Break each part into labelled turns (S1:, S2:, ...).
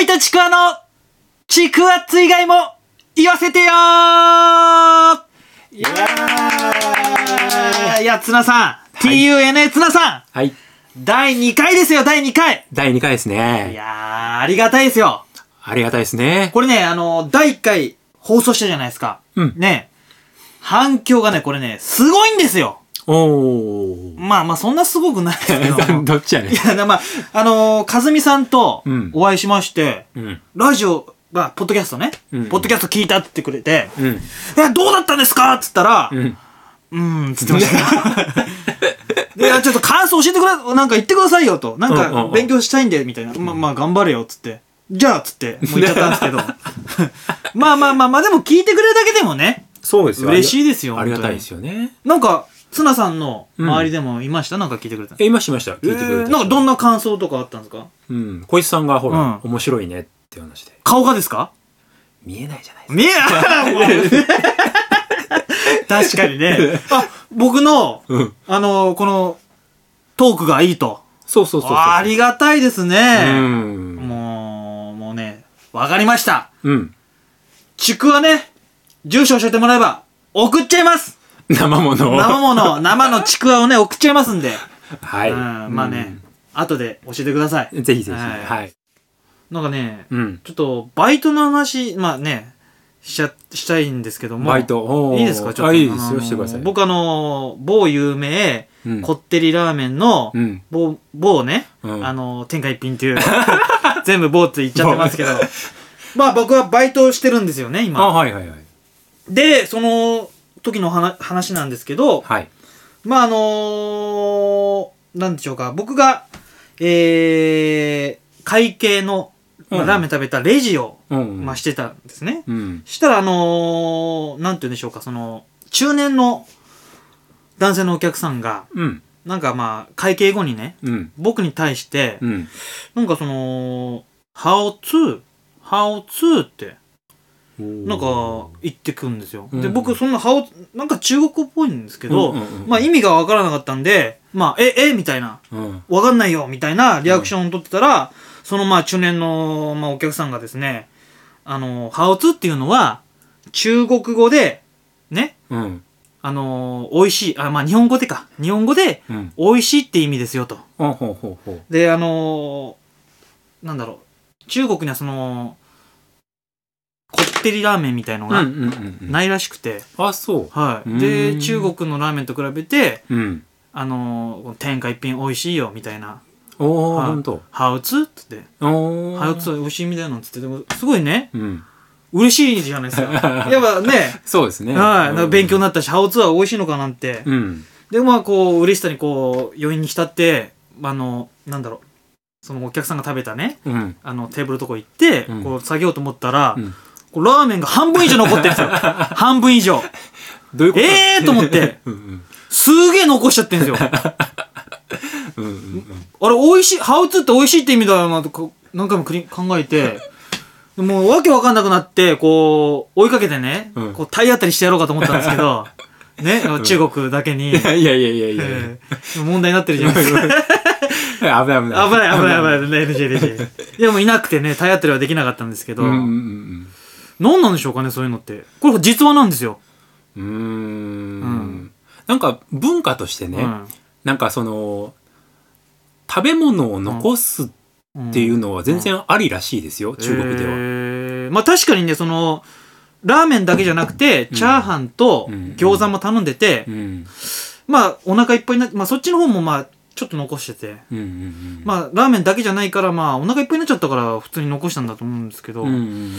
S1: いたちくわの、ちくわっつ以外も、言わせてよーいやーいや、つなさん、TUNA つなさ
S2: はい。
S1: ん、第2回ですよ、第2回
S2: 第2回です
S1: い
S2: ね。
S1: やー、ありがたいですよ。
S2: ありがたいですね。
S1: これね、あの、第1回放送したじゃないですか。
S2: うん
S1: ね。反響がね、これね、すごいんですよ。
S2: おー。
S1: まあまあ、そんなすごくないですけ ども。
S2: どっちやねん
S1: いや、なまあ、あのー、かずみさんと
S2: うん
S1: お会いしまして、
S2: うん。
S1: ラジオ、まあ、ポッドキャストね、
S2: うん
S1: ポッドキャスト聞いたってくれて、
S2: うん。
S1: え、どうだったんですかっつったら、
S2: うん。
S1: うん、ん、つってま した。で、いやちょっと感想教えてくれ、なんか言ってくださいよと。なん
S2: うんうんう
S1: か
S2: ん
S1: 勉強したいんで、みたいな。まあまあ、頑張れよ、つって。じゃあ、つって、もう言っちゃったんですけど。 まあまあまあまあ、でも聞いてくれるだけでもね、
S2: そうですよ。
S1: 嬉しいですよ
S2: ありがあり
S1: 本当
S2: がた
S1: に
S2: いですよね。
S1: なんか、ツナさんの周りでもいました、なんか聞いてくれたの
S2: え、今しました。聞いてくれ
S1: えー
S2: た。
S1: なんかどんな感想とかあったんですか
S2: うん。小石さんがほら、
S1: う
S2: 面白いねって話で。
S1: 顔がですか
S2: 見えないじゃないですか。
S1: 見え確かにね。 あ、僕の、
S2: うん。
S1: あのこの、トークがいいと。
S2: そうそうそうそう。
S1: ありがたいです
S2: う
S1: ね。
S2: ん。
S1: もう、もうね、わかりました。
S2: うん。
S1: ちくわね、住所教えてもらえば、送っちゃいます
S2: 生ものを。
S1: 生も の、生のちくわをね、送っちゃいますんで。
S2: はい。
S1: うん、まあね、後で教えてください。
S2: うん。ぜひぜひ。
S1: はい
S2: はい。
S1: なんかね、
S2: うん。
S1: ちょっと、バイトの話、まあね、しちゃ、したいんですけども。
S2: バイト。おー
S1: いいですかちょっと。
S2: あ、いいです
S1: あの
S2: よ。
S1: ー
S2: してください。
S1: 僕あのー、某有名、
S2: うん
S1: こってりラーメンの
S2: う、ん。
S1: 某、某ね、
S2: うん
S1: あのー、天下一品っていう、 全部某って言っちゃってます けど。まあ僕はバイトをしてるんですよね、
S2: あ、
S1: 今。
S2: はいはいはい。
S1: で、その時の話話なんですけど、
S2: はい。
S1: まああのー、なんでしょうか、僕が、えー、会計の、まあ
S2: うん
S1: ラーメン食べたレジを、
S2: うん。
S1: まあ、してたんですね。
S2: うん。
S1: したら、あのー、なんて言うんでしょうか、その、中年の男性のお客さんが、
S2: うん。
S1: なんかまあ、会計後にね、
S2: うん。
S1: 僕に対して、
S2: うん。
S1: なんかその、How to? How to? って、なんか言ってくるんですよ。
S2: うん
S1: で、僕そんな How、なんか中国語っぽいんですけど、
S2: うんうんうんうん
S1: まあ意味がわからなかったんで、まあ、え、え、みたいな、
S2: うん、
S1: わかんないよみたいなリアクションを取ってたら、そのまあ中年の、まあ、お客さんがですね、あの、ハオツっていうのは、中国語で、ね、
S2: うん、
S1: あの、美味しい、あ、まあ日本語でか。日本語で、
S2: うん。
S1: 美味しいって意味ですよと。
S2: あ、ほうほうほう。
S1: で、あの、なんだろう、中国にはその、こってりラーメンみたいの
S2: うん、う
S1: が
S2: ん、うんうん。
S1: ないらしくて、
S2: あ、そう。
S1: は
S2: う
S1: い。
S2: ー
S1: で、
S2: ん
S1: 中国のラーメンと比べて、
S2: うん。
S1: あの、天下一品美味しいよみたいな、
S2: お
S1: は
S2: ー、
S1: い
S2: ほんと。
S1: ハオツって。
S2: おー。
S1: 早くそう美味しいみたいなんつってでもすごいね
S2: うん。
S1: 嬉しいじゃないです かやっぱね
S2: そうですね。
S1: はい、なんか勉強に
S2: な
S1: なったし、ハオツアー美味しいのかなんて。
S2: うん。
S1: で、まあ、こう、嬉しさにこう、余韻に浸って、あの、なんだろう、そのお客さんが食べたね、
S2: うん。
S1: あの、テーブルのとこ行って、
S2: うん
S1: こう、下げようと思ったら、
S2: うん
S1: こうラーメンが半分以上残ってるんです よ。半分以上。
S2: どういうこと
S1: えーと思って、
S2: うんうん
S1: すげえ残しちゃってるんですよ。あ
S2: うんうん
S1: れ、美味しい、ハオツーって美味しいって意味だよな、とこう何回もくり考え て、でもう、わけわかんなくなって、こう、追いかけてね、
S2: うん
S1: こう、体当たりしてやろうかと思ったんですけ ど、ね、中国だけに、
S2: うん。いやいやいやいやいやい
S1: ええ問題になってる じゃないですか。
S2: や。危ない危
S1: 危
S2: な
S1: ない
S2: い。
S1: 危ない危ない。NG NG。でもいなくてね、体当たりはできなかったんですけど、
S2: うんうん
S1: 何なんでしょうかね、そういうのって。これ実話なんですよ。
S2: うんうん。うー。
S1: うん
S2: なんか文化としてね、なんかその、食べ物を残すっていううのは全然ありらしいですよ、
S1: ん
S2: 中国では。
S1: へえまあ確かにね、その、ラーメンだけじゃなくて、
S2: うん
S1: チャーハンと
S2: うん
S1: 餃子も頼んでて、
S2: うん。
S1: まあお腹いっぱいになまあそっちの方もまあちょっと残してて、
S2: うんうんうん。
S1: まあラーメンだけじゃないからまあお腹いっぱいになっちゃったから普通に残したんだと思うんですけど、
S2: うんうんうん、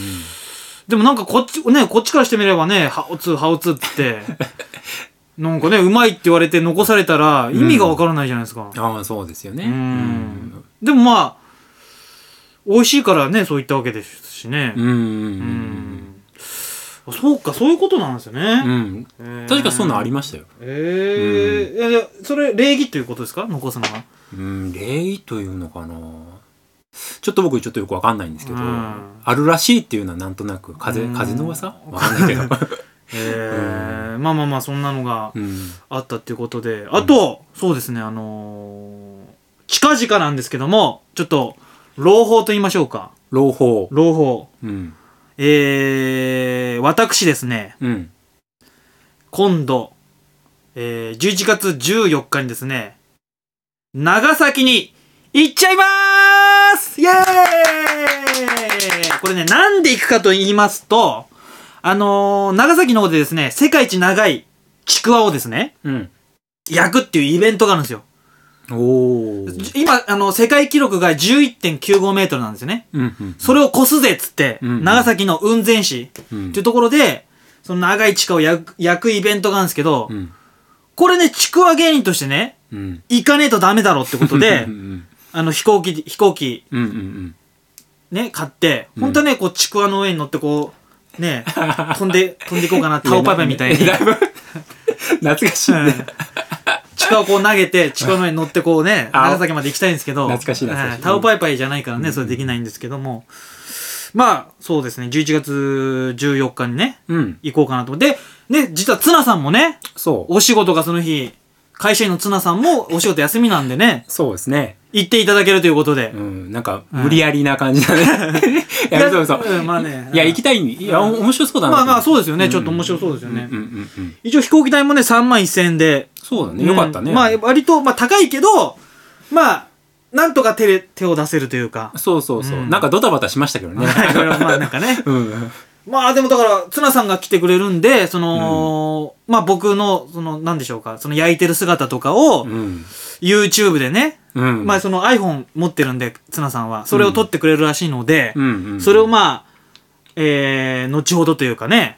S1: でもなんかこっち、ね、こっちからしてみればね、ハオツー、ハオツー って、なんかね、うまいって言われて残されたら意味がわからないじゃないですか。
S2: ああ、そうですよね。
S1: うん。でもまあ、美味しいからね、そういったわけですしね。
S2: うん。うんうん
S1: う。そうか、そういうことなんですよ
S2: うんう
S1: ね。
S2: ん。
S1: えー
S2: 確かそんなんありましたよ。
S1: えーいやいや、それ礼儀ということですか残すのは。
S2: うん、礼儀というのかな。ちょっと僕ちょっとよくわかんないんですけど、
S1: うん
S2: あるらしいっていうのはなんとなく、風、
S1: うん
S2: 風の噂わかんないけど。
S1: えーまあまあまあ、そんなのが
S2: うん。
S1: あったっていうことで、あと、そうですね、あのー近々なんですけども、ちょっと、朗報と言いましょうか。
S2: 朗報。
S1: 朗報。
S2: うん。
S1: えー、私ですね、
S2: うん。
S1: 今度、えー、11月14日にですね、長崎に行っちゃいまーすイエーイこれね、なんで行くかと言いますと、あのー、長崎の方でですね、世界一長いちくわをですね、
S2: うん。
S1: 焼くっていうイベントがあるんですよ。
S2: おー。
S1: 今、あの、世界記録が11.95メートルなんですよね。
S2: うんうん。
S1: それを越すぜっつって、
S2: うん
S1: 長崎の雲仙市
S2: うん
S1: っていうところで、その長い地下を焼く焼くイベントがあるんですけど、
S2: うん。
S1: これね、ちくわ芸人としてね、
S2: うん。
S1: 行かねえとダメだろってことで
S2: うん、うん
S1: あの飛行機、飛行機
S2: うんうん
S1: ね、買って、
S2: うん
S1: 本当はね、こう、ちくわの上に乗ってこう、 ね、飛んで、飛んでいこうかな、
S2: うん。
S1: タオパペみたいに、
S2: だいぶ 懐かしいね。
S1: ちくわをこう投げて、ちくわの上に乗ってこうね、
S2: あ
S1: 長崎まで行きたいんですけど、
S2: 懐かしい懐かしい
S1: はタオパイパイじゃないからね、それできないんですけども、まあ、そうですね、11月14日にね、
S2: うん。
S1: 行こうかなと思って、で、ね、実はツナさんもね、
S2: そう。
S1: お仕事がその日、会社員のツナさんもお仕事休みなんでね、
S2: そうですね。
S1: 行っていただけるということで。
S2: うん。なんか、無理やりな感じだね。 いや、そうそう。
S1: んまあね。
S2: いや、行
S1: き
S2: きたい。いや、面白そうだな。
S1: まあまあ、そうですよね。
S2: ん
S1: ちょっと面白そうですよね。
S2: うんうんうん。
S1: 一応飛行機代もね、3万1000円で。
S2: そうだね。よかったね。
S1: うんまあ、割と、まあ高いけど、まあ、なんとか手で、手を出せるというか。
S2: そうそうそうう。
S1: ん
S2: なんかドタバタしました けどね。
S1: はいこれはまあなんかね。
S2: うん。
S1: まあでもだから、ツナさんが来てくれるんで、その、まあ僕の、その、なんでしょうか、その焼いてる姿とかを、
S2: うん。
S1: YouTube でね、
S2: う ん。
S1: まあその iPhone 持ってるんで、ツナさんは。それを撮ってくれるらしいので、
S2: うんうん。
S1: それをまあ、えー、後ほどというかね、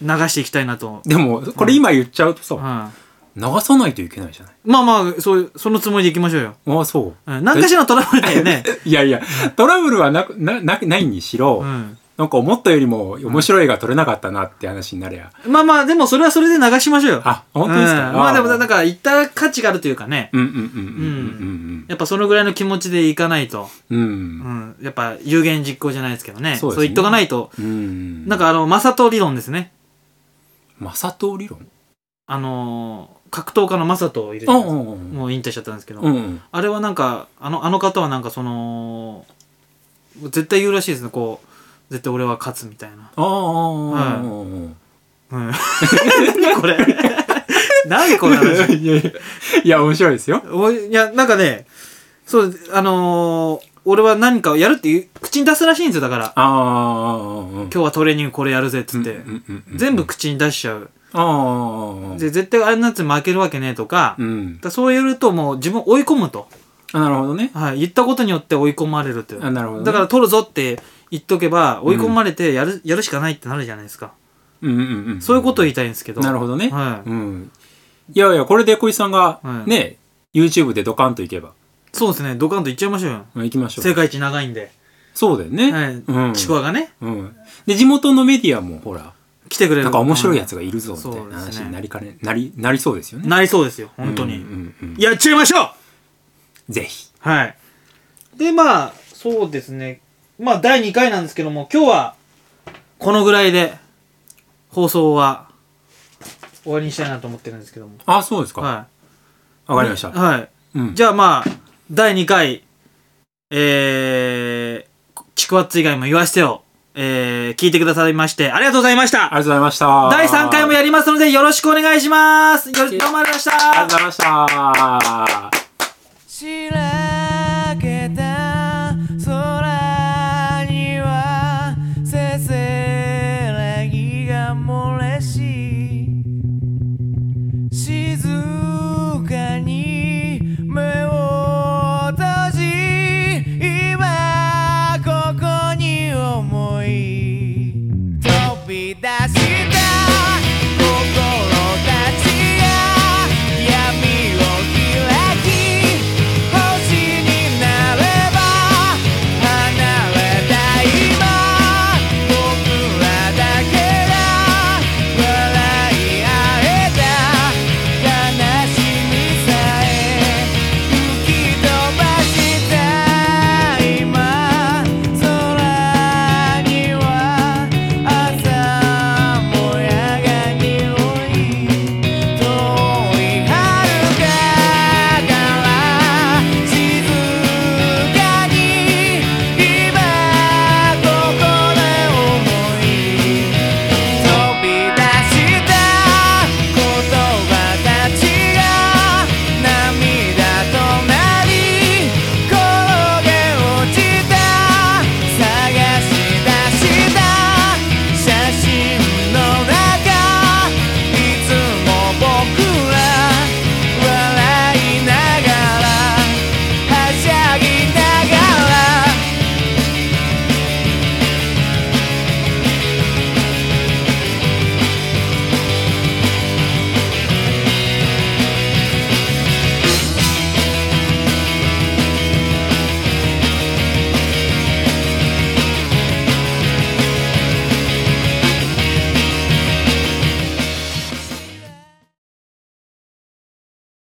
S1: 流していきたいなと。
S2: でも、これ今言っちゃうと
S1: うん、
S2: さ、
S1: ま
S2: 流さないといけないじゃない。
S1: あまあ、そういう、そのつもりでいきましょうよ。
S2: ああ、そう。
S1: うん、何かしらのトラブルだよね。
S2: いやいや、トラブルはなく、な、な、ないにしろ、
S1: うん。
S2: なんか思ったよりも面白い映画撮れなかったなって話になりゃ。
S1: まあまあ、でもそれはそれで流しましょうよ。
S2: あ、本当ですか、
S1: うんまあでも、だ
S2: ん
S1: から、行った価値があるというかね。
S2: うんうんうんうん
S1: やっぱそのぐらいの気持ちでいかないと。
S2: うんうん。う。
S1: うんん。やっぱ、有言実行じゃないですけどね。
S2: そうですね
S1: 言っとかないと。
S2: うん。
S1: なん、かあの、マサト理論ですね。
S2: マサト理論
S1: あのー格闘家のマサトいるじ
S2: う
S1: ゃなんいですか
S2: うんうん。
S1: もう引退しちゃったんですけど。
S2: うんうん。
S1: あれはなんか、あの、あの方はなんかその、絶対言うらしいですね、こう、絶対俺は勝つみたいな。
S2: ああ、ああ、ああ
S1: うん。何これ何この話
S2: いやいやいや、面白いですよ。
S1: おいいや、なんかね、そう、あのー俺は何かをやるっていう、口に出すらしいんですよ、だから。
S2: ああ、今
S1: 今日はトレーニングこれやるぜっつって。全部、口に出しちゃう。
S2: ああ、
S1: で、絶対あれのやつ負けるわけねえとか、
S2: うん
S1: だ。からそうやるともう自分を追い込むと。
S2: あなるほどね。
S1: はい。言ったことによって追い込まれるという。
S2: あなるほど、ね。
S1: だから、取るぞって言っとけば追い込まれてやる,、やるしかないってなるじゃないですか
S2: うんうんうん、
S1: そういうことを言いたいんですけど、
S2: なるほどね。
S1: はい
S2: うん。いやいや、これで小石さんが
S1: は、い
S2: ね、YouTube でドカンといけば、
S1: そうですねドカンと言っちゃいましょうよ
S2: 行きましょ
S1: 世
S2: う。
S1: 界一長いんで、
S2: そうだよね。
S1: はい
S2: うん。
S1: ちくわがね
S2: うん。で、地元のメディアも、ほら、
S1: 来てくれる
S2: なんか面白いや
S1: つ、
S2: つがいるぞ、みたいな
S1: そうです
S2: 話
S1: ね
S2: になりかね、なり、なりそうですよね。
S1: なりそうですよ本当に、
S2: うんうんうん
S1: やっちゃいましょう
S2: ぜひ。
S1: はいでまあそうですねまあ第2回なんですけども今日はこのぐらいで放送は終わりにしたいなと思ってるんですけども
S2: あ、そうですか。わ、
S1: は
S2: かりまし
S1: い、
S2: た。
S1: はい、
S2: うん。
S1: じゃあまあ、第2回、えー、ちくわっつ以外も言わしてよ、えー、聞いてくださいまして、ありがとうございました。
S2: ありがとうございました。
S1: 第3回もやりますので、よろしくお願いします。よろどうもありがとうございました。
S2: ありがとうございました。
S3: 知ら